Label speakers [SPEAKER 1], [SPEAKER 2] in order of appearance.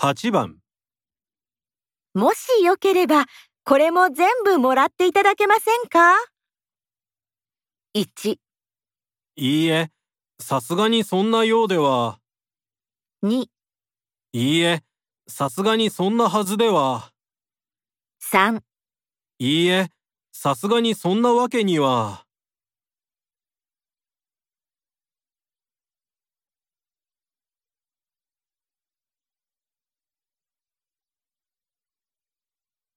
[SPEAKER 1] 8番
[SPEAKER 2] もしよければ、これも全部もらっていただけませんか ?1、
[SPEAKER 1] いいえさすがにそんなようでは
[SPEAKER 2] 2、
[SPEAKER 1] いいえさすがにそんなはずでは
[SPEAKER 2] 3。
[SPEAKER 1] いいえさすがにそんなわけには。